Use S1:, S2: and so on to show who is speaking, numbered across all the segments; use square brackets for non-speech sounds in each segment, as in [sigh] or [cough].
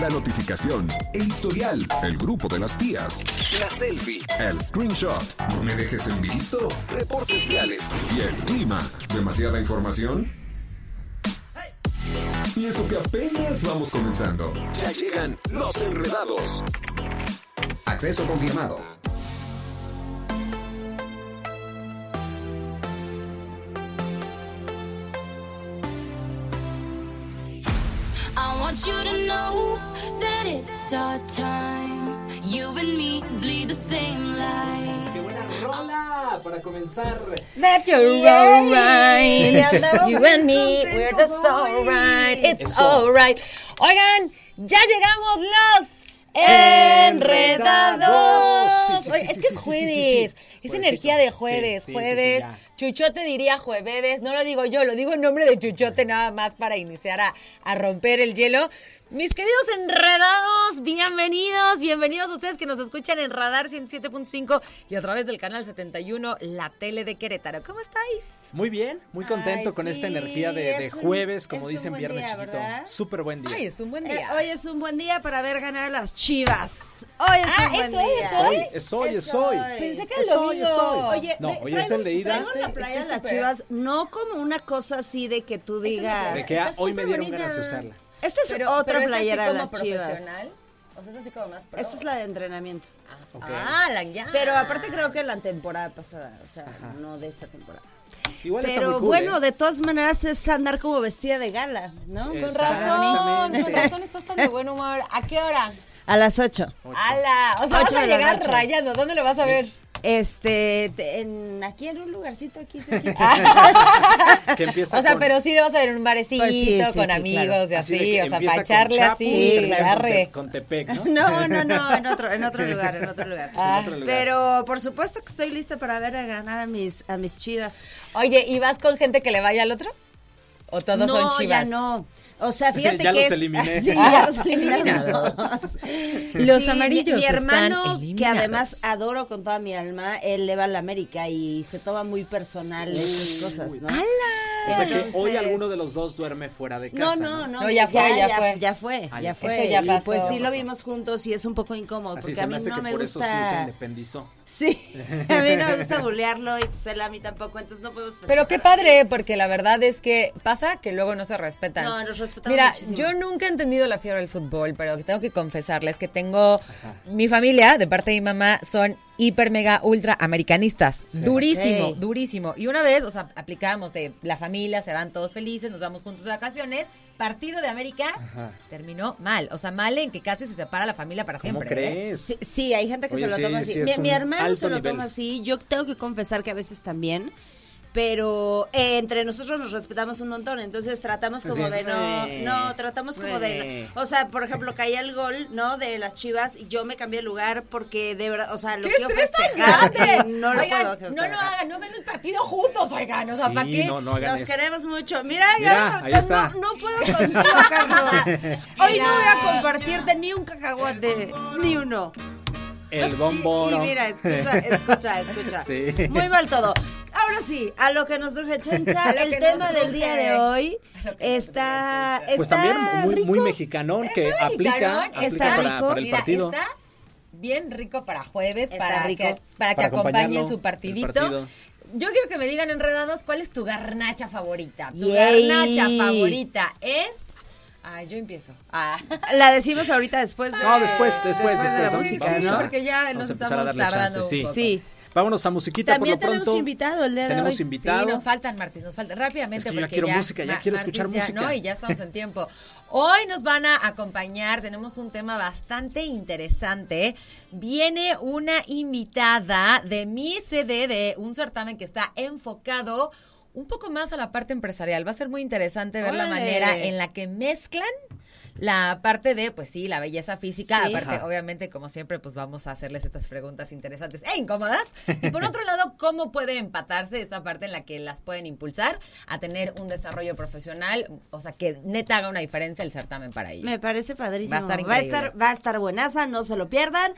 S1: la notificación, el historial, el grupo de las tías, la selfie, el screenshot, no me dejes en visto, reportes viales y el clima. ¿Demasiada información? Y eso que apenas vamos comenzando. Ya llegan los enredados. Acceso confirmado.
S2: I want you to know that it's our time. You and me bleed the same light.
S3: ¡Qué buena rola! Para comenzar.
S4: That you're
S5: Yay.
S4: alright. You and me,
S5: Andamos
S4: we're
S5: contentos
S4: just
S5: hoy.
S4: alright. It's
S3: Eso.
S4: alright. Oigan, ya llegamos los
S3: Enredados.
S4: enredados.
S3: Sí, sí,
S4: Oye,
S3: sí,
S4: es
S3: sí,
S4: que
S3: sí,
S4: es
S3: sí,
S4: jueves.
S3: sí, sí.
S4: Es
S3: Juevesito.
S4: energía de jueves.
S3: Sí, sí, sí, sí,
S4: jueves.
S3: ya.
S4: Chuchote diría jueves. No lo digo yo, lo digo en nombre de Chuchote nada más para iniciar a, a romper el hielo. Mis queridos enredados, bienvenidos, bienvenidos a ustedes que nos escuchan en Radar 107.5 y a través del canal 71, la tele de Querétaro. ¿Cómo estáis?
S3: Muy bien, muy contento
S5: Ay,
S3: con esta
S5: sí,
S3: energía de, de
S5: es un-
S3: jueves, como
S5: es un
S3: dicen
S5: buen
S3: viernes
S5: día,
S3: chiquito.
S5: ¿verdad?
S3: Súper buen día.
S4: Ay, es un buen
S5: Eh,
S4: día.
S5: hoy es un buen día para ver ganar a las chivas. Hoy es
S4: Ah,
S5: un buen
S4: ¿es hoy,
S5: día.
S4: es
S3: Es hoy, es hoy, es hoy.
S4: Pensé que
S3: Es
S4: el
S3: hoy,
S4: domingo.
S3: es hoy.
S5: Oye,
S3: No,
S5: me-
S3: hoy es
S5: traigo-
S3: el de Este ida.
S5: Traigo la
S4: Estoy-
S5: playa de
S4: estoy
S5: las
S4: súper.
S5: chivas, no como una cosa así de que tú digas.
S3: de que
S4: está
S3: ah, hoy me
S4: súper
S3: dieron
S4: bonita.
S3: ganas de usarla.
S5: Esta es
S4: Pero-
S5: otra
S4: pero es así
S5: playera de
S4: como
S5: las chivas.
S4: profesional, O sea, es así como más pro.
S5: Esta es la de entrenamiento.
S3: Ok.
S4: Ah, la ya.
S5: Pero aparte creo que la temporada pasada, o sea, no de esta temporada.
S3: Igual está
S5: Pero
S3: muy cool,
S5: bueno,
S3: ¿eh?
S5: de todas maneras es andar como vestida de gala, ¿no?
S3: Eh.
S4: Con razón,
S3: Exactamente.
S4: con razón estás tan de buen humor. ¿A qué hora?
S5: A las 8.
S4: ¡Hala! O sea, vas
S5: Ocho
S4: a
S5: de la
S4: llegar
S5: noche.
S4: rayando. ¿Dónde lo vas a ver?
S5: Este, te- en, aquí en un lugarcito aquí cerquita.
S3: [laughs] [laughs] Que empieza
S4: O sea,
S3: con-
S4: pero sí le vas a ver en un barecito,
S5: Pues sí, sí,
S4: con
S5: sí,
S4: amigos
S5: claro.
S4: y así.
S3: de que
S4: o sea,
S3: empieza
S4: para
S3: con
S4: echarle
S3: Chapu y
S4: así,
S3: termina con
S4: arre.
S3: Te- Con Tepec, ¿no?
S5: [laughs] No,
S3: [laughs]
S5: no, no, en otro, en otro lugar, en otro lugar.
S4: Ah.
S3: otro lugar.
S5: Pero por supuesto que estoy lista para ver a ganar a mis, a mis chivas.
S4: Oye, ¿y vas con gente que le vaya al otro? ¿O todos
S5: no,
S4: son chivas?
S5: ya no. O sea, fíjate
S3: [laughs] Ya
S5: que
S3: los
S5: es-
S3: eliminé.
S5: [laughs] Sí,
S4: Ah,
S5: ya los eliminamos.
S4: eliminados.
S5: Sí,
S4: Los
S5: mi-
S4: amarillos
S5: Mi,
S4: están
S5: hermano, que
S4: eliminados.
S5: además adoro con toda mi alma, él le va a la América y se toma muy personal esas cosas, ¿no?
S3: O sea que hoy
S5: Entonces-
S3: alguno de los dos duerme fuera de
S5: No,
S3: casa.
S5: no, no,
S4: No, ya fue, ya fue.
S5: Ya fue,
S3: Ah, ya
S5: ya
S3: fue.
S5: fue.
S4: Eso ya
S5: Y,
S4: pasó.
S5: pues sí
S3: Ya
S5: lo
S3: pasó.
S5: vimos juntos y es un poco incómodo
S3: Así
S5: porque
S3: se
S5: a
S3: me
S5: mí
S3: hace
S5: no
S3: que
S5: me
S3: por eso sí se
S5: gusta.
S3: independizó.
S5: Sí, [laughs] a mí no me gusta bulearlo y pues él a mí tampoco, entonces no podemos
S4: Pero qué padre, porque la verdad es que pasa que luego no se respetan.
S5: No, nos respetamos
S4: Mira,
S5: muchísimo.
S4: yo nunca he entendido la fiebre del fútbol, pero tengo que confesarles que tengo mi familia, de parte de mi mamá, son hiper mega ultra americanistas. Durísimo,
S5: Ey.
S4: durísimo. Y una vez, o sea, aplicábamos de la familia, se van todos felices, nos vamos juntos de vacaciones. Partido de América terminó mal. O sea, mal en que casi se separa la familia para
S3: ¿Cómo
S4: siempre. ¿eh?
S3: crees?
S5: Sí, sí, hay gente que
S3: Oye,
S5: se lo
S3: sí,
S5: toma
S3: sí,
S5: así.
S3: es
S5: mi, mi
S3: un
S5: hermano
S3: alto
S5: se lo
S3: nivel.
S5: toma así. Yo tengo que confesar que a veces también. Pero eh, entre nosotros nos respetamos un montón, entonces tratamos como
S3: Sí.
S5: de no,
S3: Eh.
S5: no, tratamos como de,
S3: Eh.
S5: no. o sea, por ejemplo, caía el gol, ¿no? De las Chivas y yo me cambié de lugar porque de verdad, o sea, lo
S4: ¡Qué
S5: quiero
S4: estrés tan
S5: festejar,
S4: grande!
S5: y [laughs] no lo
S4: Oigan,
S5: puedo
S4: no
S5: festejar.
S4: lo hagan, no ven el partido juntos, oigan. O sea,
S3: Sí,
S4: ¿para qué?
S3: no, no hagan
S5: Nos
S3: eso.
S5: queremos mucho. Mira,
S3: Mira,
S5: ya,
S3: ahí
S5: no-
S3: está.
S5: No, puedo contigo,
S3: [laughs]
S5: Carlos. Hoy no voy a compartirte ni un cacahuate, ni uno.
S3: El
S5: Y,
S3: bombón.
S5: y mira,
S3: [laughs]
S5: escucha, escucha, escucha.
S3: Sí.
S5: Muy mal todo. Ahora sí, a lo que nos truje Chencha,
S4: A lo
S5: el
S4: que
S5: tema
S4: nos
S5: del
S4: truje.
S5: día de hoy está, está
S3: Pues también muy, muy
S5: rico.
S3: mexicanón que
S4: Está
S3: aplica,
S4: mexicanón,
S3: aplica
S4: está
S3: para,
S5: rico.
S3: para el
S4: Mira,
S3: partido.
S4: está bien rico para jueves,
S5: Está
S4: para
S5: rico.
S4: que, para que
S3: Para
S4: acompañen
S3: acompañarlo,
S4: su
S3: el
S4: partidito.
S3: partido.
S4: Yo quiero que me digan enredados cuál es tu garnacha favorita. Tu
S5: Yay.
S4: garnacha favorita es. Ah, yo empiezo. Ah. [laughs]
S5: La decimos ahorita después de
S3: No, después, después, después.
S5: de la
S3: vamos,
S5: música,
S3: vamos
S5: ¿no?
S3: a-
S4: Porque ya
S3: vamos
S4: nos
S3: a empezar
S4: estamos
S3: a darle chance,
S4: tardando un
S3: sí.
S4: poco.
S5: Sí.
S3: Vámonos a musiquita
S5: También
S3: por lo pronto.
S5: tenemos invitado el día de
S3: Tenemos
S5: hoy.
S3: invitado.
S4: Sí, nos faltan, Martis, nos faltan rápidamente.
S3: Es que yo ya
S4: porque
S3: quiero
S4: ya,
S3: música, ya quiero escuchar
S4: Martis ya,
S3: música.
S4: No, y ya estamos en tiempo. Hoy nos van a acompañar, tenemos un tema bastante interesante. Viene una invitada de mi CD, de un certamen que está enfocado un poco más a la parte empresarial. Va a ser muy interesante ver la
S5: Órale.
S4: manera en la que mezclan la parte de, pues sí, la belleza física,
S5: Sí.
S4: aparte,
S3: Ajá.
S4: obviamente, como siempre, pues vamos a hacerles estas preguntas interesantes e incómodas. Y por otro lado, cómo puede empatarse esta parte en la que las pueden impulsar a tener un desarrollo profesional, o sea, que neta haga una diferencia el certamen para ellos.
S5: Me parece
S4: Va
S5: padrísimo.
S4: a estar
S5: va a
S4: increíble.
S5: estar, va a estar buenaza, no se lo pierdan.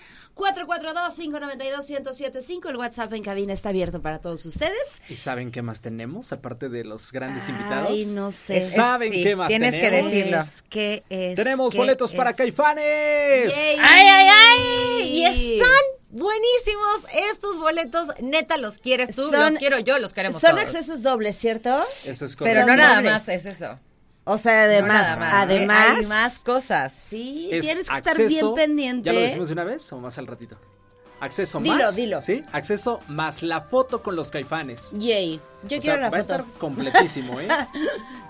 S5: 442-592-1075, el WhatsApp en cabina está abierto para todos ustedes.
S3: ¿Y saben qué más tenemos? Aparte de los grandes
S5: Ay,
S3: invitados.
S5: no sé.
S3: ¿Saben
S4: Sí,
S3: qué más
S4: tienes que
S3: tenemos?
S4: decirlo.
S5: Es que es es?
S3: Tenemos
S5: ¿Qué
S3: boletos para
S5: es?
S3: Caifanes.
S5: Yay.
S4: ¡Ay, ay, ay! Y están buenísimos estos boletos. Neta, los quieres tú, los
S5: Son-
S4: quiero yo, los queremos
S5: Son
S4: todos.
S5: accesos dobles, ¿cierto?
S3: Eso es
S4: Pero
S3: correcto.
S4: no
S5: Son
S4: nada
S5: dobles.
S4: más es eso.
S5: O sea, además,
S4: Nada más, ¿eh?
S5: además.
S4: Hay más cosas.
S5: Sí,
S3: Es
S5: tienes que estar
S3: acceso-
S5: bien pendiente. ¿eh?
S3: ¿Ya lo decimos de una vez o más al ratito? Acceso
S5: Dilo,
S3: más.
S5: dilo.
S3: ¿Sí? Acceso más la foto con los Caifanes.
S5: Yay. Yo
S3: O sea,
S5: quiero
S3: va
S5: la foto.
S3: a estar completísimo,
S5: [laughs]
S3: ¿eh?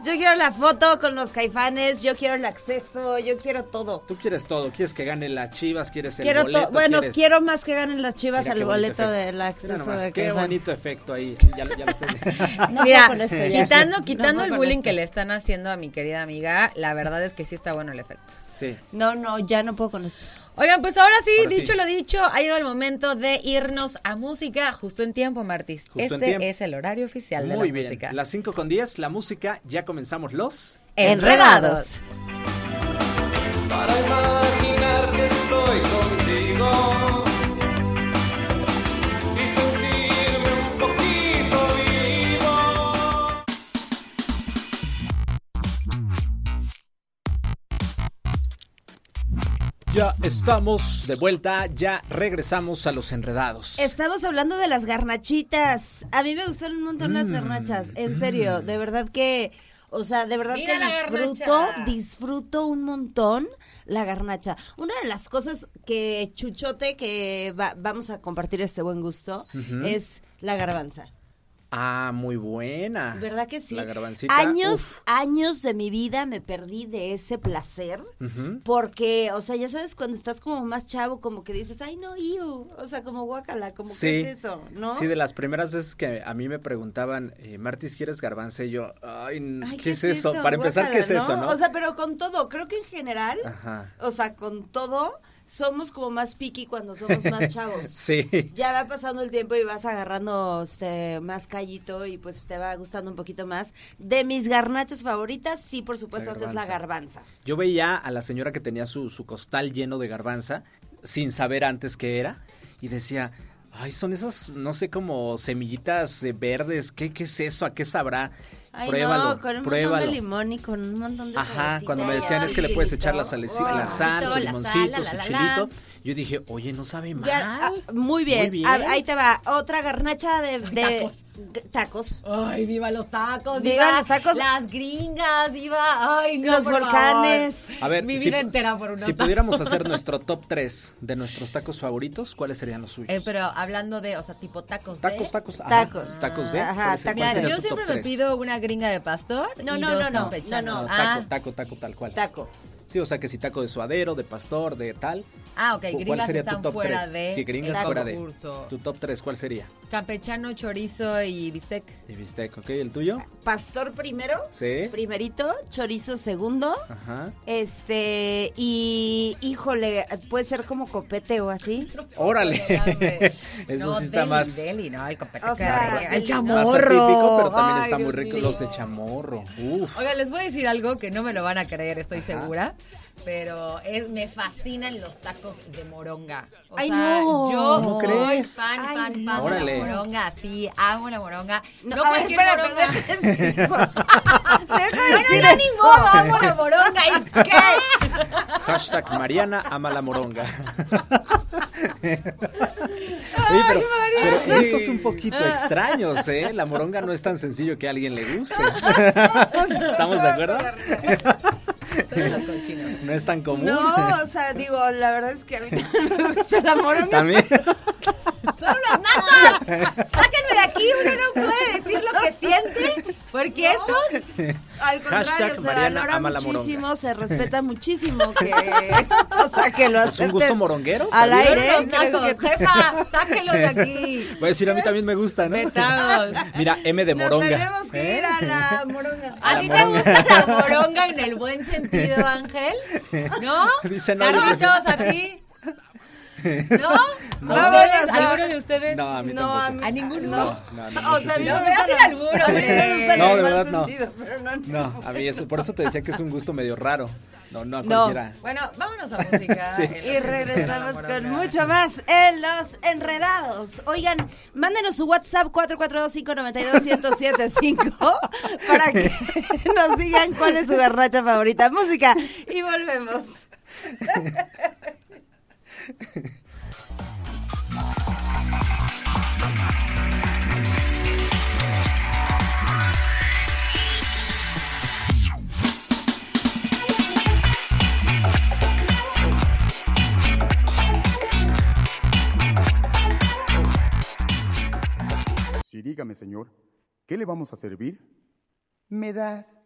S5: Yo quiero la foto con los caifanes, yo quiero el acceso, yo quiero todo.
S3: Tú quieres todo. Quieres que gane las chivas, quieres el
S5: Quiero
S3: boleto.
S5: todo. Bueno,
S3: quieres-
S5: quiero más que ganen las chivas
S3: Mira
S5: al
S3: qué bonito
S5: boleto
S3: efecto.
S5: del
S3: Mira
S5: acceso
S3: nomás,
S5: de
S3: Qué
S5: caifanes.
S3: bonito efecto ahí. Ya, lo- ya lo estoy
S5: [laughs] No,
S4: Mira,
S5: no con esto ya.
S4: quitando,
S5: No,
S4: quitando
S5: no
S4: el
S5: con
S4: bullying
S5: esto.
S4: que le están haciendo a mi querida amiga, la verdad es que sí está bueno el efecto.
S3: Sí.
S5: No, no, ya no puedo con esto.
S4: Oigan, pues ahora sí,
S3: Ahora sí.
S4: dicho lo dicho, ha llegado el momento de irnos a música justo en tiempo, Martis.
S3: Justo en
S4: este
S3: tiempo.
S4: es el horario oficial de
S3: Muy
S4: la
S3: bien.
S4: música.
S3: Las 5 con 10, la música. Ya comenzamos los.
S4: Enredados.
S6: para imaginar que estoy contigo y sentirme un poquito vivo.
S3: Ya estamos de vuelta. Ya regresamos a los enredados.
S5: Estamos hablando de las garnachitas. A mí me gustaron un montón
S3: Mm.
S5: las garnachas, en serio, de verdad que, o sea, de verdad
S4: Mira
S5: que
S4: la
S5: disfruto,
S4: garnacha.
S5: disfruto un montón la garnacha. Una de las cosas que Chuchote, que va- vamos a compartir este buen gusto, es la garbanza.
S3: Ah, muy buena.
S5: ¿Verdad que sí?
S3: La garbancita.
S5: Años,
S3: uf,
S5: años de mi vida me perdí de ese placer. Porque, o sea, ya sabes, cuando estás como más chavo, como que dices, ay, no, iu. O sea, como guácala, como
S3: sí.
S5: que es eso, ¿no?
S3: Sí, de las primeras veces que a mí me preguntaban, eh, Martis, ¿quieres garbanza? Y yo, ay, n-
S5: Ay,
S3: ¿qué, es eso? Para empezar, ¿qué es
S5: Guácala,
S3: eso, no? [laughs]
S5: O sea, pero con todo, creo que en general,
S3: Ajá.
S5: o sea, con todo, somos como más piqui cuando somos más
S3: [laughs]
S5: chavos.
S3: sí.
S5: Ya va pasando el tiempo y vas agarrando este, más callito y pues te va gustando un poquito más. De mis garnachas favoritas, sí, por supuesto que es la garbanza.
S3: Yo veía a la señora que tenía su, su costal lleno de garbanza, sin saber antes qué era, y decía, ay, son esas, no sé, como semillitas eh, verdes, ¿qué, qué es eso? ¿A qué sabrá?
S5: Ay,
S3: pruébalo,
S5: no, con un montón
S3: pruébalo.
S5: de limón y con un montón de
S3: Ajá,
S5: salecita
S3: cuando me
S5: y
S3: decían
S5: ay,
S3: es que le puedes
S5: chilito.
S3: echar la, saleci-
S5: Ay.
S3: la sal,
S4: Chilito, la
S3: su
S4: sal, la,
S3: limoncito, su
S4: la, la,
S3: chilito.
S4: la.
S3: Yo dije, oye, no sabe mal.
S5: Gar- ah, muy bien,
S3: bien.
S5: Ah, ahí te va. Otra garnacha de, de- g- tacos.
S4: Ay, viva los tacos,
S5: Viva
S4: viva,
S5: los tacos.
S4: las gringas, viva, ay, no,
S5: Los
S4: por favor.
S5: volcanes.
S3: A ver,
S4: mi
S3: si-
S4: vida entera por unos
S3: Si
S4: tacos. [laughs]
S3: pudiéramos hacer nuestro top 3 de nuestros tacos favoritos, ¿cuáles serían los suyos?
S4: Eh, pero ¿eh? hablando de, o sea, tipo tacos. de-
S3: tacos, tacos, ajá,
S5: Tacos.
S3: Tacos de.
S5: Ajá,
S3: ¿cuál sería-
S5: tacos
S4: Mira,
S3: cuál sería
S4: yo
S3: su
S4: siempre
S3: top
S4: me
S3: tres?
S4: pido una gringa de pastor.
S5: No,
S4: y
S5: no,
S4: dos
S5: no, no,
S4: campechanos.
S5: no, no,
S4: Ah,
S3: Taco, taco, taco, tal cual.
S5: Taco.
S3: Sí, o sea que si taco de suadero, de pastor, de tal.
S4: Ah, ok,
S3: ¿cu-
S4: gringas están fuera
S3: tres?
S4: de
S3: Sí, gringas
S4: el
S3: fuera de.
S4: concurso.
S3: Tu top 3, ¿cuál sería?
S4: campechano, chorizo y bistec.
S3: De bistec, ¿ok? ¿El tuyo?
S5: Pastor primero.
S3: Sí.
S5: Primerito, chorizo segundo.
S3: Ajá.
S5: Este, y híjole, puede ser como copete o así.
S3: Órale. [laughs] Eso
S4: no,
S3: sí está
S4: deli,
S3: más.
S4: deli, no, el copete
S5: O
S4: que
S5: sea,
S4: arriba, el
S5: deli, no.
S4: chamorro.
S3: más atípico, pero también
S4: Ay,
S3: está muy
S4: Dios
S3: rico.
S4: mío.
S3: Los de chamorro. Uf.
S4: Oiga, les voy a decir algo que no me lo van a creer, estoy segura. Pero es, me fascinan los tacos de moronga. O
S5: Ay,
S4: sea,
S5: no.
S4: yo
S5: ¿Cómo
S4: soy
S3: crees?
S4: fan,
S5: Ay,
S4: fan, fan
S5: no.
S4: de
S3: Órale.
S4: la moronga. Sí, amo la moronga. No,
S5: a ver,
S4: cualquier
S5: espérate,
S4: moronga.
S5: deja de decir eso.
S3: [laughs]
S5: Deja de
S4: [laughs] Bueno,
S5: decir
S4: ya ni
S5: eso.
S4: modo, amo la moronga. ¿Y qué?
S3: [laughs] Hashtag Mariana ama la moronga. Oye, pero, pero estos son un poquito extraños, ¿eh? La moronga no es tan sencillo que a alguien le
S4: [laughs]
S3: guste. ¿Estamos de acuerdo?
S4: Soy de los cochinos.
S3: No es tan común.
S5: No, o sea, digo, la verdad es que a mí también me gusta la moronga.
S3: [laughs] También.
S4: ¡Son unas natas! ¡Sáquenme de aquí! Uno no puede decir lo que siente, porque estos
S5: Al contrario,
S3: Hashtag
S5: se
S3: Mariana
S5: valora
S3: ama la
S5: muchísimo,
S3: moronga. [laughs]
S5: se respeta muchísimo que, [laughs] o sea, que lo
S3: Es un
S5: aceptes
S3: gusto moronguero.
S5: Al
S3: Javier.
S5: aire, ¿eh?
S4: fueron los
S5: creo
S4: tacos.
S5: que-
S4: Jefa, sáquenlos de aquí.
S3: Voy a decir, a mí también me gusta, ¿no?
S4: Vetados.
S3: [laughs] Mira, M de
S5: Nos
S3: moronga. ¿Eh?
S5: tenemos que ir a la
S3: [laughs]
S5: moronga.
S4: ¿A
S3: la
S4: ti te
S3: moronga.
S4: gusta la moronga en el buen sentido, Ángel? ¿No?
S3: Dice, no,
S4: Carlitos,
S3: dice-
S4: ¿a ti? ¿No?
S5: Vámonos a-
S4: ¿Alguno de ustedes?
S3: No, a mí
S5: No,
S3: tampoco.
S5: mí-
S4: ¿A ninguno?
S5: No,
S3: No, no, no,
S5: [laughs] o sea, a mí
S4: no,
S5: no
S4: no,
S5: me
S4: no,
S5: gustan
S4: no, alguno,
S5: A mí no me gustan
S3: no,
S5: en
S3: de
S5: el
S3: verdad,
S5: mal
S3: no.
S5: sentido, pero no.
S3: No, a mí eso, por eso te decía que es un gusto medio raro. No, no a
S5: No.
S3: cualquiera.
S4: Bueno, vámonos a música.
S3: Sí.
S5: Y regresamos con mucho más en Los Enredados. Oigan, mándenos su WhatsApp 442-592-1075 para que [laughs] nos digan cuál es su garracha favorita. Música y volvemos.
S7: Sí, dígame, señor, ¿qué le vamos a servir?
S8: ¿Me das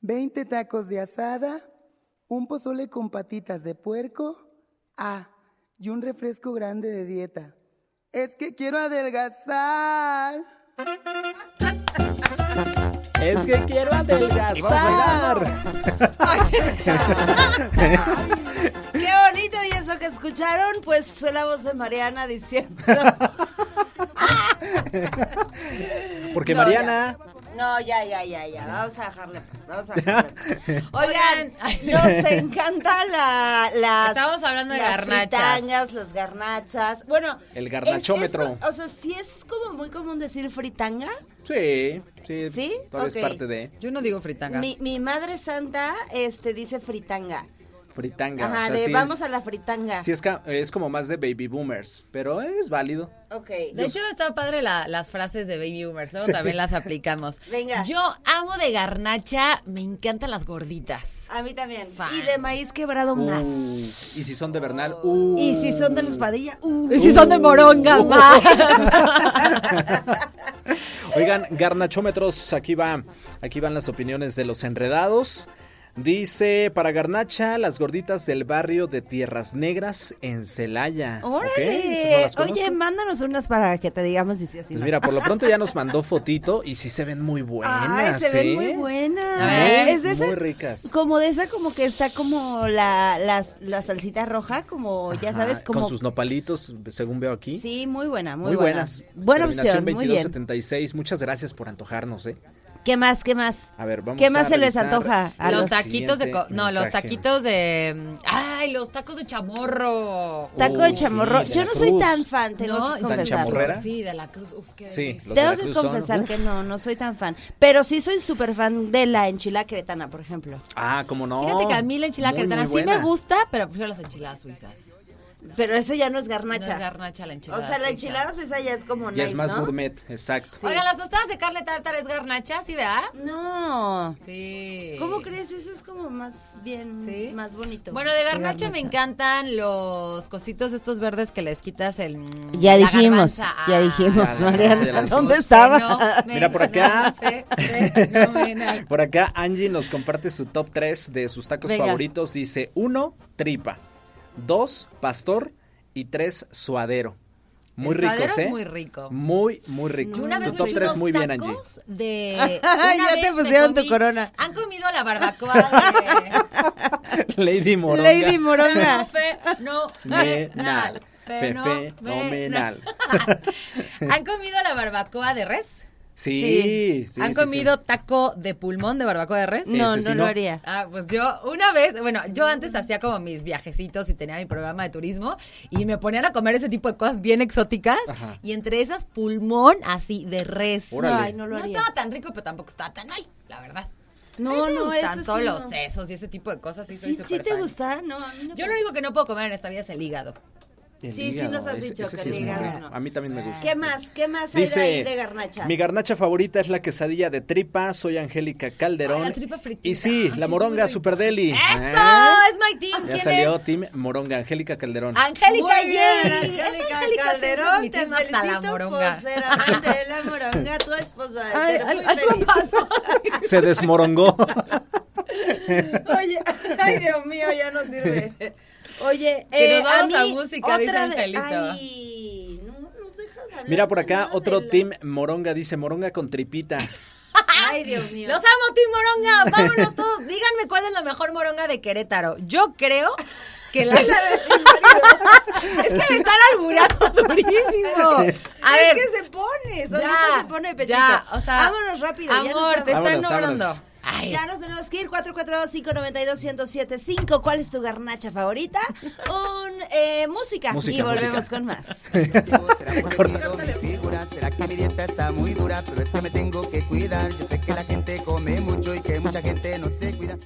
S8: 20 tacos de asada, un pozole con patitas de puerco? Ah, y un refresco grande de dieta. Es que quiero adelgazar.
S3: Es que quiero adelgazar.
S5: Qué bonito y eso que escucharon, pues fue la voz de Mariana diciendo.
S3: Porque
S5: No,
S3: Mariana,
S5: ya. No, ya, ya, ya, ya. Vamos a dejarle paz. Vamos a dejarle
S4: [laughs]
S5: paz. Oigan, nos encanta la, las.
S4: Estábamos hablando de
S5: las
S4: garnachas.
S5: fritangas, las garnachas. Bueno.
S3: El garnachómetro.
S5: es- es- o sea, sí es como muy común decir fritanga.
S3: sí, sí,
S5: ¿Sí?
S3: todo
S5: Ok.
S3: es parte de
S4: Yo no digo fritanga.
S5: Mi, mi madre santa este, dice fritanga.
S3: fritanga.
S5: Ajá,
S3: o sea,
S5: de
S3: sí
S5: vamos
S3: es,
S5: a la fritanga.
S3: sí es, ca- es como más de baby boomers, pero es válido.
S5: Ok.
S4: De hecho, está padre la- las frases de Baby Boomers, luego también las aplicamos.
S5: Venga.
S4: Yo amo de garnacha, me encantan las gorditas.
S5: A mí también.
S4: Fan.
S5: Y de maíz quebrado más.
S3: Uh, y si son de Bernal, uh.
S5: Y si son de los padilla, uh.
S4: Y si son de moronga, más.
S3: [laughs] Oigan, garnachómetros, aquí va, aquí van las opiniones de los enredados. Dice, para Garnacha, las gorditas del barrio de Tierras Negras en Celaya. Ok, esas no
S5: Órale.
S3: las conozco.
S5: Oye, mándanos unas para que te digamos si sí o si
S3: Pues
S5: no.
S3: mira, por lo pronto ya nos mandó fotito y sí se ven muy
S5: Ay,
S3: buenas,
S5: se ven
S3: ¿eh?
S5: muy buenas.
S4: A ver.
S5: de
S3: Muy
S5: esa-
S3: ricas.
S5: Como de esa, como que está como la, la, la salsita roja, como ya
S3: Ajá,
S5: sabes, como.
S3: Con sus nopalitos, según veo aquí.
S5: Sí, muy buena, muy,
S3: muy
S5: buena.
S3: buenas.
S5: Buena
S3: Terminación
S5: opción, muy bien.
S3: 2276. Muchas gracias por antojarnos, ¿eh?
S5: ¿Qué más? ¿Qué más?
S3: A ver, vamos
S5: ¿Qué más
S3: a
S5: se les
S3: revisar
S5: antoja a
S4: los
S5: los,
S4: taquitos de... co-
S3: siguiente
S4: No, los
S3: mensaje.
S4: taquitos de... Ay, los tacos de chamorro.
S5: tacos de
S3: Uy,
S5: chamorro?
S3: sí,
S5: Yo no soy
S3: Veracruz.
S5: tan fan, tengo
S4: ¿No?
S5: que
S4: Yo sí
S5: confesar.
S4: soy-
S3: chamorrera?
S4: Sí, de la cruz. Uf, qué
S3: Sí,
S4: delicia.
S3: los de
S5: Tengo que
S3: Veracruz son-
S5: confesar
S3: Uf.
S5: que no, no soy tan fan. Pero sí soy súper fan de la enchilada cretana, por ejemplo.
S3: Ah, cómo no.
S4: Fíjate que a mí la enchilada
S3: Muy,
S4: queretana
S3: muy
S4: sí me
S3: buena.
S4: gusta, pero prefiero las enchiladas suizas.
S5: Pero eso ya no es
S4: No
S5: garnacha.
S4: es garnacha la enchilada
S5: o sea, la
S4: suiza.
S5: enchilada suiza ya es como
S3: Ya
S5: nice,
S3: es más
S5: ¿no?
S3: gourmet, exacto.
S4: Oigan, las tostadas de carne tartar es garnacha, ¿sí, verdad?
S5: No.
S4: Sí.
S5: ¿Cómo crees? Eso es como más bien,
S4: Sí.
S5: más bonito.
S4: Bueno, de garnacha me encantan los cositos estos verdes que les quitas el... mm,
S5: Ya
S4: la
S5: dijimos,
S4: garbanza.
S5: ya
S4: Ah,
S5: dijimos,
S3: ya la- ya la
S5: Mariana,
S3: dijimos.
S5: ¿dónde
S4: no,
S5: estaba?
S4: no,
S3: Mira, por
S4: Ah,
S3: acá. [laughs]
S4: fenomenal.
S3: Por acá Angie nos comparte su top 3 de sus tacos
S5: Venga.
S3: favoritos. Dice 1, tripa. 2, pastor. Y 3, suadero. Muy
S4: El
S3: rico,
S4: suadero es
S3: ¿eh?
S4: muy rico.
S3: Muy, muy rico.
S4: Yo una vez
S3: tu top
S4: comí
S3: 3
S4: unos
S3: muy bien, Angie.
S4: tacos
S5: [laughs]
S4: de...
S5: Ya
S4: una
S5: te
S4: vez me
S5: pusieron tu
S4: comí-
S5: corona.
S4: Han comido la barbacoa
S5: [laughs]
S4: de...
S3: [laughs] Lady Moronga.
S4: [laughs]
S5: Lady Morona.
S4: No,
S3: Fenomenal.
S4: fenomenal.
S3: Fe- Fenomenal.
S4: ¿Han comido la barbacoa de res?
S3: Sí, sí.
S4: ¿Han
S3: sí, sí.
S4: comido taco de pulmón de barbacoa de res?
S5: No,
S3: Ese sí
S5: no
S3: no.
S5: lo haría.
S4: Ah, pues yo una vez, bueno, yo antes hacía como mis viajecitos y tenía mi programa de turismo y me ponían a comer ese tipo de cosas bien exóticas
S3: Ajá.
S4: y entre esas pulmón así de res.
S3: Órale.
S5: No, ay, no lo
S4: No
S5: haría.
S4: estaba tan rico, pero tampoco estaba tan mal, la verdad.
S5: No,
S4: A mí sí me
S5: no,
S4: gustan
S5: eso sí
S4: todos
S5: no.
S4: los sesos y ese tipo de cosas. Sí, soy
S5: Sí, sí
S4: súper
S5: te
S4: fan.
S5: gusta, no. a mí no
S4: Yo
S5: te-
S4: lo único que no puedo comer en esta vida es el hígado.
S3: El
S5: Sí, sí
S3: hígado,
S5: nos has
S3: ese-
S5: dicho
S3: ese
S5: que
S3: sí
S5: el
S3: es muy
S5: hígado
S3: rico.
S5: no.
S3: A mí también me gusta.
S5: ¿Qué más? ¿Qué más hay de ahí
S3: Dice,
S5: de garnacha?
S3: mi garnacha favorita es la quesadilla de tripa, soy Angélica Calderón.
S4: Ay, la tripa fritita.
S3: y sí,
S4: Ay,
S3: la
S4: sí,
S3: moronga
S4: sí,
S3: Superdeli.
S4: ¡Eso!
S3: ¿Eh?
S4: ¡Es my team!
S3: Ya
S4: ¿Quién
S3: salió
S4: es?
S3: Team Moronga, Angélica Calderón.
S5: Ah,
S4: Angélica,
S5: Muy bien,
S4: yay.
S5: Angélica
S4: Angélica
S5: Calderón,
S4: siempre
S5: te
S4: es mi team hasta la
S5: felicito por
S4: moronga. [laughs]
S5: ser amante de la moronga, tu esposo ha de
S4: Ay,
S5: ser
S4: ay,
S5: muy
S4: ay, ¿cómo
S5: feliz.
S4: pasó?
S3: Se desmorongó.
S5: Oye, [laughs] ay, Dios mío, ya no sirve. Oye,
S4: Que
S5: eh,
S4: nos vamos a
S5: mí,
S4: música,
S5: otra
S4: dice
S5: de-
S4: Angelito.
S5: Ay, no nos dejas hablar
S3: Mira por
S5: de
S3: acá,
S5: nada
S3: otro
S5: de la-
S3: Team Moronga dice Moronga con tripita.
S5: Ay, Dios mío.
S4: Los [laughs] amo, Team Moronga. Vámonos todos. Díganme cuál es la mejor moronga de Querétaro. Yo creo Que [laughs] la... es que me están alburando [laughs] durísimo. A ver.
S5: Es que se pone, solito
S4: Ya,
S5: se pone de pechito.
S4: ya, o sea,
S5: vámonos rápido, ya nos
S4: Amor,
S5: vamos.
S4: te están
S3: Vámonos, vámonos.
S4: nombrando. Ay.
S5: Ya nos tenemos que ir. 442-592-1075. ¿Cuál es tu garnacha favorita? Un, eh, música.
S3: Música,
S5: Y volvemos
S3: música. [laughs]
S5: con más.
S8: Mi figura, será que mi dieta está muy dura, pero es que me tengo que cuidar. Yo sé que la gente come mucho y que mucha gente no se cuida.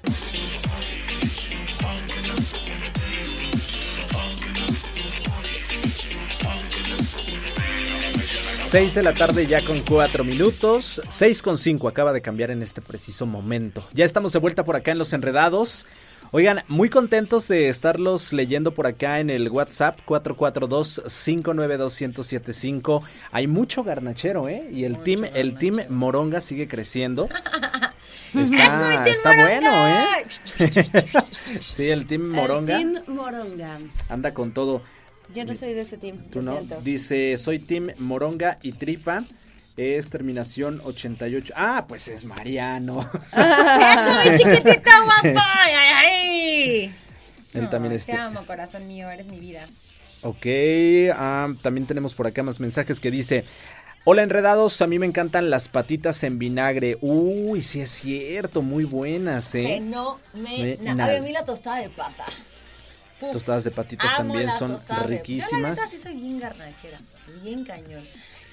S3: Seis de la tarde ya con cuatro minutos. Seis con cinco acaba de cambiar en este preciso momento. Ya estamos de vuelta por acá en Los Enredados. Oigan, muy contentos de estarlos leyendo por acá en el WhatsApp 442-592-1075. Hay mucho garnachero, ¿eh? Y el team, el team Moronga sigue creciendo. Está, está bueno, ¿eh? [laughs] Sí, el team Moronga
S5: El team Moronga.
S3: anda con todo.
S5: Yo no soy de ese team.
S3: Tú
S5: lo
S3: no.
S5: siento.
S3: Dice, soy Tim Moronga y Tripa. Es terminación 88. Ah, pues es Mariano.
S4: [laughs] Eso, mi [laughs] chiquitita guapa. Ay, ay, ay.
S3: Él también
S4: Ay,
S3: es.
S4: Te amo, corazón mío, eres mi vida.
S3: Ok. ah, también tenemos por acá más mensajes que dice. Hola enredados, a mí me encantan las patitas en vinagre. Uy, sí es cierto, muy buenas, ¿eh?
S4: Fenomenal.
S3: Fenomenal.
S4: Ay, a mí la tostada de pata. Uf,
S3: Tostadas de patitas
S4: amo
S3: también
S4: las
S3: son
S4: tostadas de- Yo la neta sí
S3: riquísimas.
S4: soy bien garnachera, bien cañón.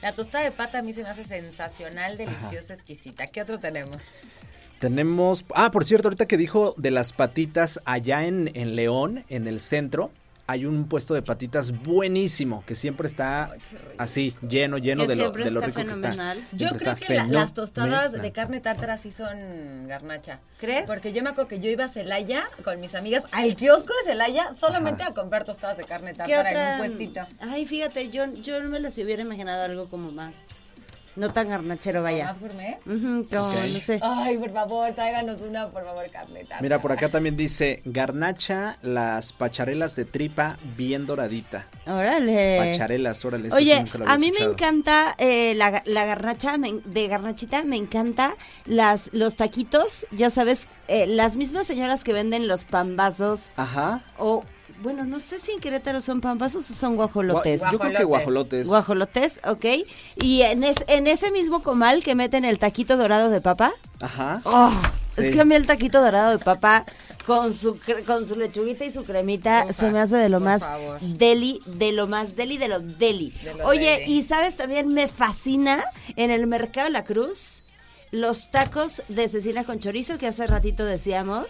S4: La tostada de pata a mí se me hace sensacional, deliciosa, exquisita. ¿Qué otro tenemos?
S3: Tenemos, ah, por cierto, ahorita que dijo de las patitas allá en, en León, en el centro, hay un puesto de patitas buenísimo que siempre está así, lleno, lleno
S5: Que
S3: de lo,
S5: siempre
S3: de lo
S5: está
S3: rico
S5: fenomenal.
S3: que está.
S4: Yo creo
S3: Siempre está
S4: que la- las
S3: fenomenal.
S4: tostadas de carne tártara sí son garnacha.
S5: ¿Crees?
S4: Porque yo me acuerdo que yo iba a Celaya con mis amigas al kiosco de Celaya solamente a comprar tostadas de carne
S5: ¿Qué
S4: tártara en
S5: otra?
S4: un puestito.
S5: Ay, fíjate, yo, yo no me las hubiera imaginado algo como más. No tan garnachero, vaya.
S4: ¿Más gourmet?
S5: Ujú, como, no sé.
S4: Ay, por favor, tráiganos una, por favor, carne tártara.
S3: Mira, por acá también dice garnacha, las pacharelas de tripa bien doradita.
S5: Órale.
S3: Pacharelas, órale. eso sí
S5: Eh. Oye,
S3: nunca lo había
S5: a mí me
S3: escuchado.
S5: encanta eh, la, la garnacha, me en- de garnachita me encanta las los taquitos, ya sabes, eh, las mismas señoras que venden los pambazos
S3: Ajá.
S5: o, bueno, no sé si en Querétaro son pambazos o son guajolotes.
S3: Gua- Yo creo que guajolotes.
S5: Guajolotes, ok. Y en, es- en ese mismo comal que meten el taquito dorado de papa.
S3: Ajá.
S5: Oh,
S3: Sí.
S5: Es que a mí el taquito dorado de papa con su cre- con su lechuguita y su cremita se me hace de lo más
S4: favor.
S5: deli, de lo más deli, de lo deli.
S4: De lo
S5: Oye,
S4: deli.
S5: y sabes también me fascina en el mercado de la Cruz los tacos de cecina con chorizo que hace ratito decíamos,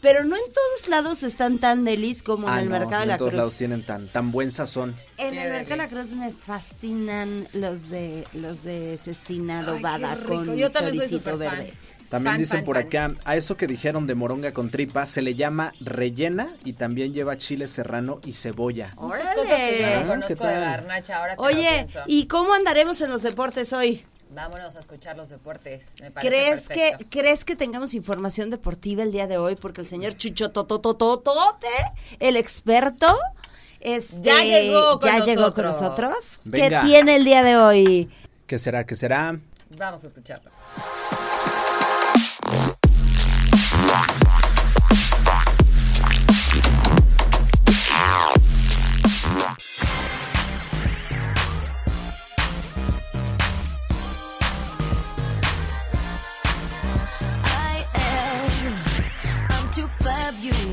S5: pero no en todos lados están tan delis como en
S3: Ah,
S5: el
S3: no,
S5: mercado de
S3: en
S5: la
S3: todos
S5: Cruz.
S3: lados tienen tan, tan buen sazón.
S5: En
S4: Qué
S5: el mercado de la
S4: deli.
S5: Cruz me fascinan los de los de cecina
S4: Ay, qué
S5: adobada
S4: rico.
S5: con
S4: Yo también soy
S5: choricito
S4: súper fan.
S5: verde.
S3: También
S4: Fan,
S3: dicen
S4: fan,
S3: por
S4: fan.
S3: acá, a eso que dijeron de moronga con tripa, se le llama rellena y también lleva chile serrano y cebolla.
S4: Muchas cosas que yo
S5: Órale.
S4: no
S3: Ah, ¿qué
S4: conozco de
S3: tal?
S4: garnacha ahora que lo
S5: Oye,
S4: pienso.
S5: ¿y cómo andaremos en los deportes hoy?
S4: Vámonos a escuchar los deportes. Me parece
S5: ¿Crees que,
S4: perfecto.
S5: ¿Crees que tengamos información deportiva el día de hoy? Porque el señor Chucho Totototote, el experto, este,
S4: Ya llegó con
S5: ya llegó con
S4: nosotros.
S5: nosotros.
S3: Venga.
S5: ¿Qué tiene el día de hoy?
S3: ¿Qué será? ¿Qué será?
S4: Vamos a escucharlo.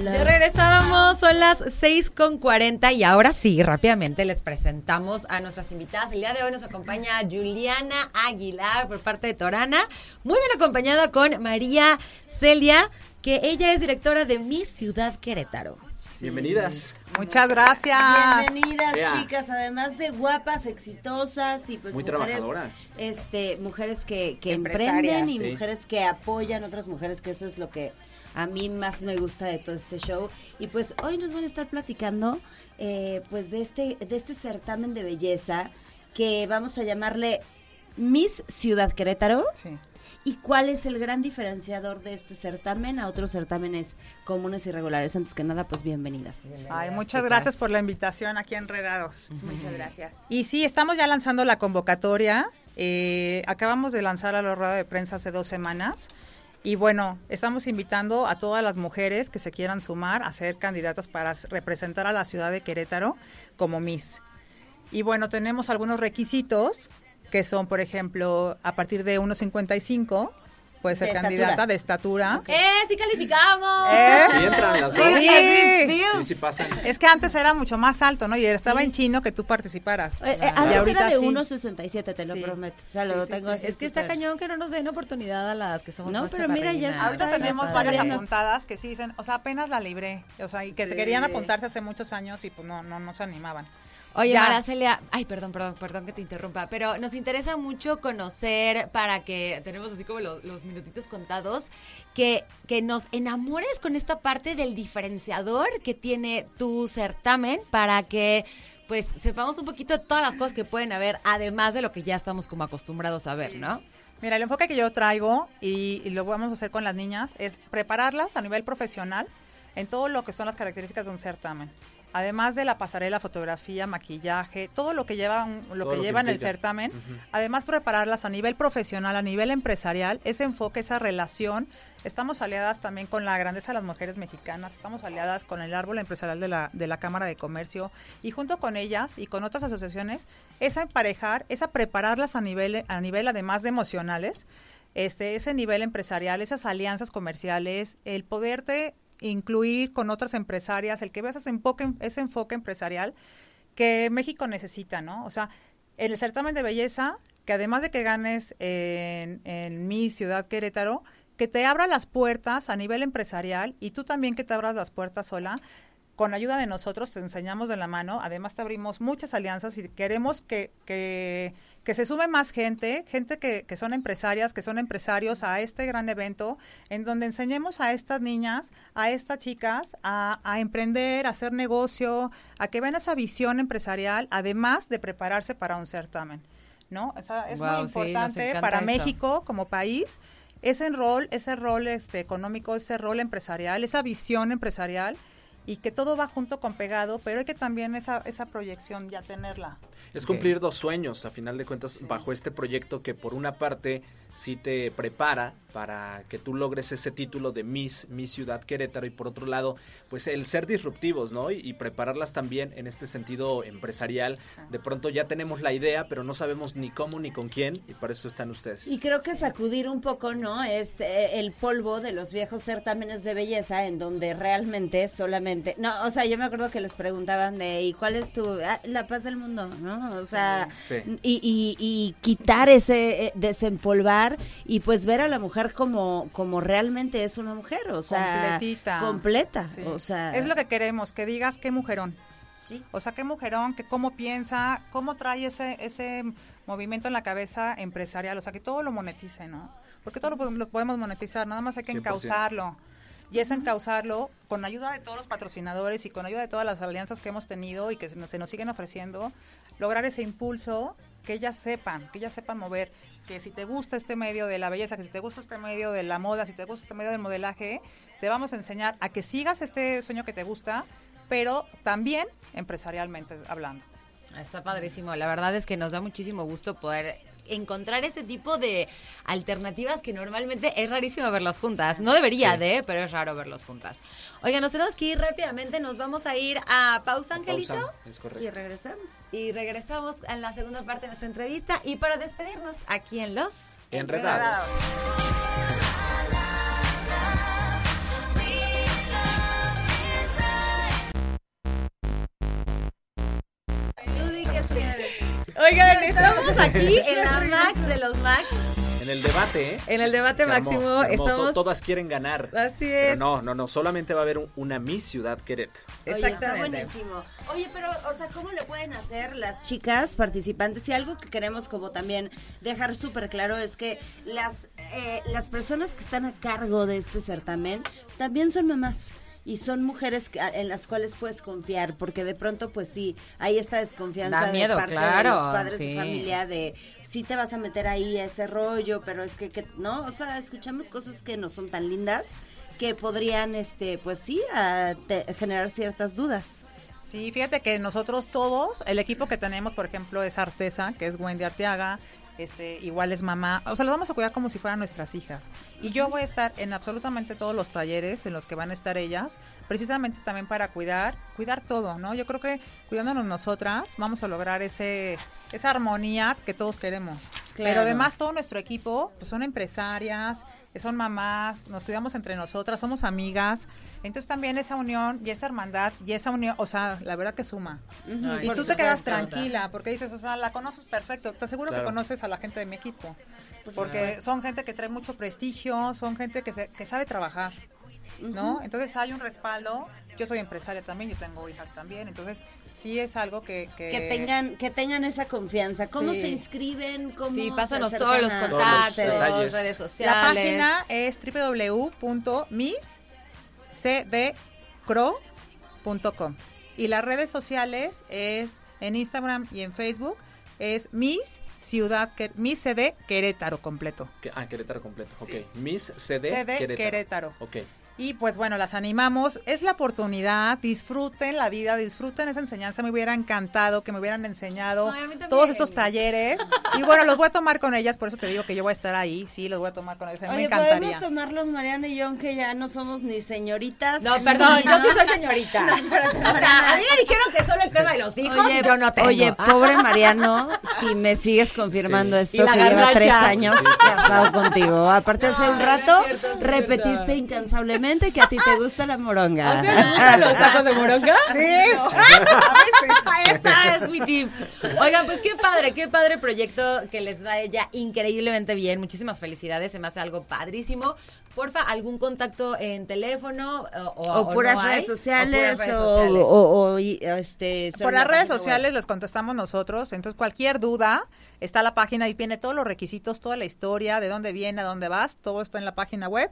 S4: Ya regresábamos, son las 6 con 40 y ahora sí, rápidamente les presentamos a nuestras invitadas. El día de hoy nos acompaña Juliana Aguilar por parte de Torana, muy bien acompañada con María Celia, que ella es directora de Mi Ciudad Querétaro.
S3: Bienvenidas.
S9: Muchas gracias.
S5: Bienvenidas,
S3: Ea.
S5: chicas, además de guapas, exitosas y pues
S3: Muy
S5: mujeres,
S3: trabajadoras.
S5: Este, mujeres que, que
S4: Empresarias.
S5: emprenden y
S3: Sí.
S5: mujeres que apoyan otras mujeres, que eso es lo que a mí más me gusta de todo este show. Y pues hoy nos van a estar platicando eh, pues de este, de este certamen de belleza que vamos a llamarle Miss Ciudad Querétaro.
S9: Sí.
S5: ¿Y cuál es el gran diferenciador de este certamen a otros certámenes comunes y regulares? Antes que nada, pues bienvenidas.
S9: Ay, muchas gracias por la invitación aquí a Enredados.
S4: Muchas gracias.
S9: Y sí, estamos ya lanzando la convocatoria. Eh, acabamos de lanzar a la rueda de prensa hace dos semanas. Y bueno, estamos invitando a todas las mujeres que se quieran sumar a ser candidatas para s- representar a la ciudad de Querétaro como Miss. Y bueno, tenemos algunos requisitos que son, por ejemplo, a partir de 1.55 puede ser
S5: De estatura.
S9: candidata de estatura.
S4: ¡Eh, sí calificamos!
S9: ¿Eh?
S3: Sí, entran las
S9: Sí.
S3: dos.
S9: Sí.
S3: Sí, sí pasan.
S9: Es que antes era mucho más alto, ¿no? Y estaba en chino que tú participaras.
S5: Eh, eh,
S9: Y
S5: antes
S9: ahorita
S5: era de
S9: sí.
S5: 1.67, te lo
S9: Sí.
S5: prometo. O sea, lo
S9: Sí, sí,
S5: tengo
S9: sí.
S5: así
S4: Es que está
S5: súper-
S4: cañón que no nos den oportunidad a las que somos
S5: No,
S4: más
S5: pero mira, ya
S4: chaparrinas.
S5: se
S9: Ahorita
S5: Está
S9: tenemos
S5: bien,
S9: varias
S5: está bien.
S9: apuntadas que sí dicen, o sea, apenas la libré, o sea, y que
S4: Sí.
S9: querían apuntarse hace muchos años y pues no, no, no se animaban.
S10: Oye,
S9: Ya.
S10: Maracelia, ay, perdón, perdón, perdón que te interrumpa, pero nos interesa mucho conocer para que tenemos así como lo- los, minutitos contados, que, que nos enamores con esta parte del diferenciador que tiene tu certamen para que pues sepamos un poquito de todas las cosas que pueden haber, además de lo que ya estamos como acostumbrados a ver, ¿no?
S9: Mira, el enfoque que yo traigo y, y lo vamos a hacer con las niñas es prepararlas a nivel profesional en todo lo que son las características de un certamen. Además de la pasarela, fotografía, maquillaje, todo lo que lleva, un- lo
S3: Todo
S9: que
S3: lo que
S9: lleva en el
S3: implica.
S9: certamen, además prepararlas a nivel profesional, a nivel empresarial, ese enfoque, esa relación. Estamos aliadas también con la grandeza de las mujeres mexicanas, estamos aliadas con el árbol empresarial de la, de la Cámara de Comercio y junto con ellas y con otras asociaciones, es a emparejar, es a prepararlas a nivel, a nivel además de emocionales, este, ese nivel empresarial, esas alianzas comerciales, el poderte incluir con otras empresarias, el que veas ese enfoque, ese enfoque empresarial que México necesita, ¿no? O sea, el certamen de belleza, que además de que ganes en, en mi ciudad Querétaro, que te abra las puertas a nivel empresarial y tú también que te abras las puertas sola. Con ayuda de nosotros te enseñamos de la mano, además te abrimos muchas alianzas y queremos que, que, que se sume más gente, gente que, que son empresarias, que son empresarios a este gran evento, en donde enseñemos a estas niñas, a estas chicas, a, a emprender, a hacer negocio, a que vean esa visión empresarial, además de prepararse para un certamen. ¿no? O sea, es muy
S10: Guau, sí, nos
S9: importante
S10: encanta
S9: para
S10: esto.
S9: México como país ese rol, ese rol este, económico, ese rol empresarial, esa visión empresarial y que todo va junto con pegado, pero hay que también esa, esa proyección ya tenerla.
S3: Es cumplir dos sueños, a final de cuentas, bajo este proyecto que por una parte sí te prepara para que tú logres ese título de Miss, Miss Ciudad Querétaro, y por otro lado, pues el ser disruptivos, ¿no? Y, y prepararlas también en este sentido empresarial. De pronto ya tenemos la idea, pero no sabemos ni cómo ni con quién, y para eso están ustedes.
S5: Y creo que sacudir un poco, ¿no? Es eh, el polvo de los viejos certámenes de belleza en donde realmente solamente... No, o sea, yo me acuerdo que les preguntaban de, ¿y cuál es tu... ah, la paz del mundo, ¿no? O sea,
S3: Sí, sí.
S5: Y, y- y quitar ese, eh, desempolvar y pues ver a la mujer como, como realmente es una mujer, o sea...
S9: Completita.
S5: Completa,
S9: Sí.
S5: o sea...
S9: Es lo que queremos, que digas qué mujerón.
S5: Sí.
S9: O sea, qué mujerón, que cómo piensa, cómo trae ese, ese movimiento en la cabeza empresarial. O sea, que todo lo monetice, ¿no? Porque todo lo, podemos- lo podemos monetizar, nada más hay que
S3: 100%.
S9: encauzarlo. Y es encauzarlo con ayuda de todos los patrocinadores y con ayuda de todas las alianzas que hemos tenido y que se nos, se nos siguen ofreciendo, lograr ese impulso, que ellas sepan, que ellas sepan mover, que si te gusta este medio de la belleza, que si te gusta este medio de la moda, si te gusta este medio del modelaje, te vamos a enseñar a que sigas este sueño que te gusta, pero también empresarialmente hablando.
S10: Está padrísimo. La verdad es que nos da muchísimo gusto poder encontrar este tipo de alternativas que normalmente es rarísimo verlos juntas. No debería de, pero es raro verlos juntas. Oiga, nos tenemos que ir rápidamente. Nos vamos a ir a pausa, Angelito.
S3: Pausa, es
S5: Y
S3: correcto.
S5: regresamos.
S10: Y regresamos a la segunda parte de nuestra entrevista. Y para despedirnos, aquí en Los...
S3: Enredados.
S5: Tú di que quieres.
S10: Oigan, estamos aquí en la Max de los Max.
S3: En el debate, ¿eh?
S10: En el debate
S3: Se armó,
S10: máximo
S3: se armó. To-
S10: estamos...
S3: Todas quieren ganar.
S10: Así
S3: Pero
S10: es.
S3: no, no, no, solamente va a haber un- una Miss Ciudad Querétaro.
S5: Oye, está buenísimo. Oye, pero, o sea, ¿cómo le pueden hacer las chicas participantes? Y algo que queremos como también dejar súper claro es que las, eh, las personas que están a cargo de este certamen también son mamás. Y son mujeres que- en las cuales puedes confiar, porque de pronto, pues sí, hay esta desconfianza
S10: Da miedo,
S5: de parte
S10: claro,
S5: de los padres
S10: sí.
S5: y familia de sí te vas a meter ahí a ese rollo, pero es que, que- no, o sea, escuchamos cosas que no son tan lindas que podrían, este, pues sí, a te- generar ciertas dudas.
S9: Sí, fíjate que nosotros todos, el equipo que tenemos, por ejemplo, es Artesa, que es Wendy Arteaga, este, igual es mamá, o sea, las vamos a cuidar como si fueran nuestras hijas. Y yo voy a estar en absolutamente todos los talleres en los que van a estar ellas, precisamente también para cuidar, cuidar todo, ¿no? Yo creo que cuidándonos nosotras vamos a lograr ese, esa armonía que todos queremos. Pero
S5: Claro.
S9: además todo nuestro equipo pues son empresarias, son mamás, nos cuidamos entre nosotras, somos amigas. Entonces también esa unión y esa hermandad y esa unión, o sea, la verdad que suma.
S5: Ujú,
S9: y
S5: por
S9: tú te quedas
S5: supuesto.
S9: tranquila porque dices, o sea, la conoces perfecto, te aseguro
S3: Claro.
S9: que conoces a la gente de mi equipo. Porque
S5: Pues supuesto.
S9: son gente que trae mucho prestigio, son gente que, se- que sabe trabajar. ¿no? Entonces hay un respaldo. Yo soy empresaria también, yo tengo hijas también, entonces sí es algo que... Que,
S5: Que tengan, que tengan esa confianza. ¿Cómo
S9: Sí.
S5: se inscriben? ¿Cómo
S4: Sí,
S5: se
S4: pásanos
S5: acercan
S4: todos los
S5: a
S4: contactos,
S5: ustedes?
S3: detalles.
S4: redes
S9: La
S4: sociales.
S9: página es www.misscbcro.com y las redes sociales es en Instagram y en Facebook es Miss Ciudad, Que- Miss CD Querétaro completo.
S3: Que- Ah, Querétaro completo. Ok. Miss CD,
S9: CD
S3: Querétaro.
S9: Querétaro.
S3: Ok.
S9: Y pues bueno, las animamos. Es la oportunidad. Disfruten la vida, disfruten esa enseñanza. Me hubiera encantado que me hubieran enseñado
S4: Ay, a mí también.
S9: todos estos talleres. Y bueno, los voy a tomar con ellas. Por eso te digo que yo voy a estar ahí. Sí, los voy a tomar con ellas. me
S5: Oye,
S9: encantaría.
S5: ¿podemos tomarlos Mariana y yo, aunque ya no somos ni señoritas?
S4: No, perdón,
S5: ni
S4: yo sí
S5: nada?
S4: soy señorita.
S5: [laughs] No, espérate,
S4: O sea,
S5: Mariana.
S4: a mí me dijeron que solo el tema de los hijos y yo no tengo.
S5: oye, pobre Mariano, si me sigues confirmando
S3: Sí.
S5: esto,
S4: Y la
S5: que lleva
S4: garracha.
S5: tres años casado contigo. Aparte, hace
S4: No,
S5: un
S4: no es
S5: rato
S4: cierto, no es
S5: repetiste
S4: cierto.
S5: incansablemente que a ti te gusta la moronga.
S4: ¿A ustedes les gustan los tacos de moronga?
S9: Sí.
S4: Esta es mi tip. Oigan, pues qué padre, qué padre proyecto que les vaya ya increíblemente bien. Muchísimas felicidades, se me hace algo padrísimo. Porfa, algún contacto en teléfono o, o-
S5: [laughs] O
S4: o
S5: puras
S4: no hay?
S5: redes sociales,
S4: puras redes
S5: o-
S4: sociales.
S5: o- o, y, este... solo
S9: Por las
S5: la
S9: redes
S5: página web.
S9: sociales les contestamos nosotros. Entonces, cualquier duda, está la página y viene todos los requisitos, toda la historia, de dónde viene, a dónde vas, todo está en la página web.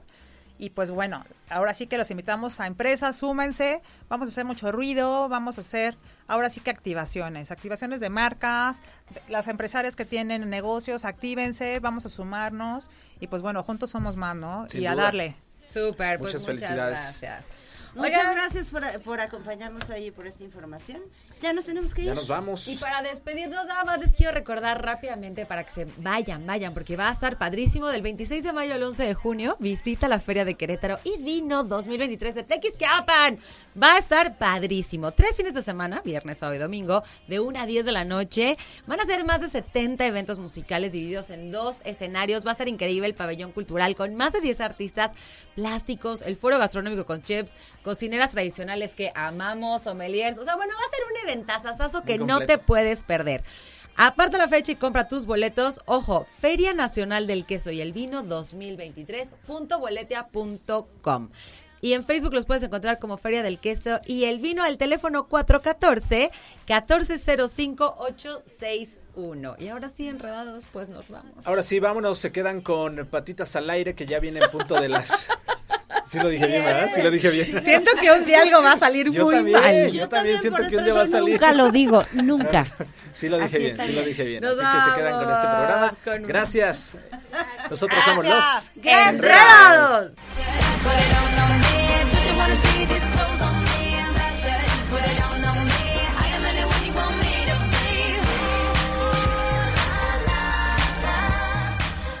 S9: Y pues bueno, ahora sí que los invitamos a empresas, súmense, vamos a hacer mucho ruido, vamos a hacer ahora sí que activaciones, activaciones de marcas, de- las empresarias que tienen negocios, actívense, vamos a sumarnos y pues bueno, juntos somos más, ¿no?
S3: Sin
S9: y a
S3: duda.
S9: darle.
S4: Súper, pues
S3: Muchas
S4: muchas
S3: felicidades.
S4: Gracias.
S5: Muchas
S4: Oigan,
S5: gracias por, por acompañarnos hoy y por esta información. Ya nos tenemos que ir.
S3: Ya nos vamos.
S4: Y para despedirnos nada más les quiero recordar rápidamente para que se vayan, vayan, porque va a estar padrísimo del 26 de mayo al 11 de junio. Visita la Feria de Querétaro y Vino 2023 de Tequisquiapan. Va a estar padrísimo. Tres fines de semana, viernes, sábado y domingo, de 1 a 10 de la noche. Van a ser más de 70 eventos musicales divididos en dos escenarios. Va a estar increíble el pabellón cultural con más de 10 artistas plásticos, el foro gastronómico con chefs, cocineras tradicionales que amamos, sommeliers. O sea, bueno, va a ser un eventazazazo que
S3: Muy
S4: no te
S3: completo.
S4: puedes perder. Aparta la fecha y compra tus boletos. Ojo, Feria Nacional del Queso y el Vino 2023.boletia.com. Y en Facebook los puedes encontrar como Feria del Queso y el Vino al teléfono 414-1405861. Y ahora sí, enredados, pues nos vamos.
S3: Ahora sí, vámonos. Se quedan con patitas al aire que ya viene en punto de las.
S5: [laughs]
S3: Sí lo dije bien, ¿verdad? Sí lo dije bien.
S4: Siento que un día algo va a salir
S3: Yo
S4: muy
S3: también,
S4: mal.
S3: yo
S5: Yo
S3: también
S5: también,
S3: siento
S5: por
S3: que un
S5: eso
S3: día va a
S5: yo
S3: salir.
S5: nunca lo digo, nunca.
S3: Sí lo dije
S5: Así
S3: bien,
S5: está
S3: sí lo
S5: bien.
S3: dije bien.
S4: Nos
S3: Así que se quedan con este programa.
S4: vamos con-
S3: Gracias. Nosotros somos los
S4: ¡Enredados!
S2: Put it on, on me. Don't you wanna see these clothes on me? I'm not sure. Put it on, on me. I am anyone you want me to be.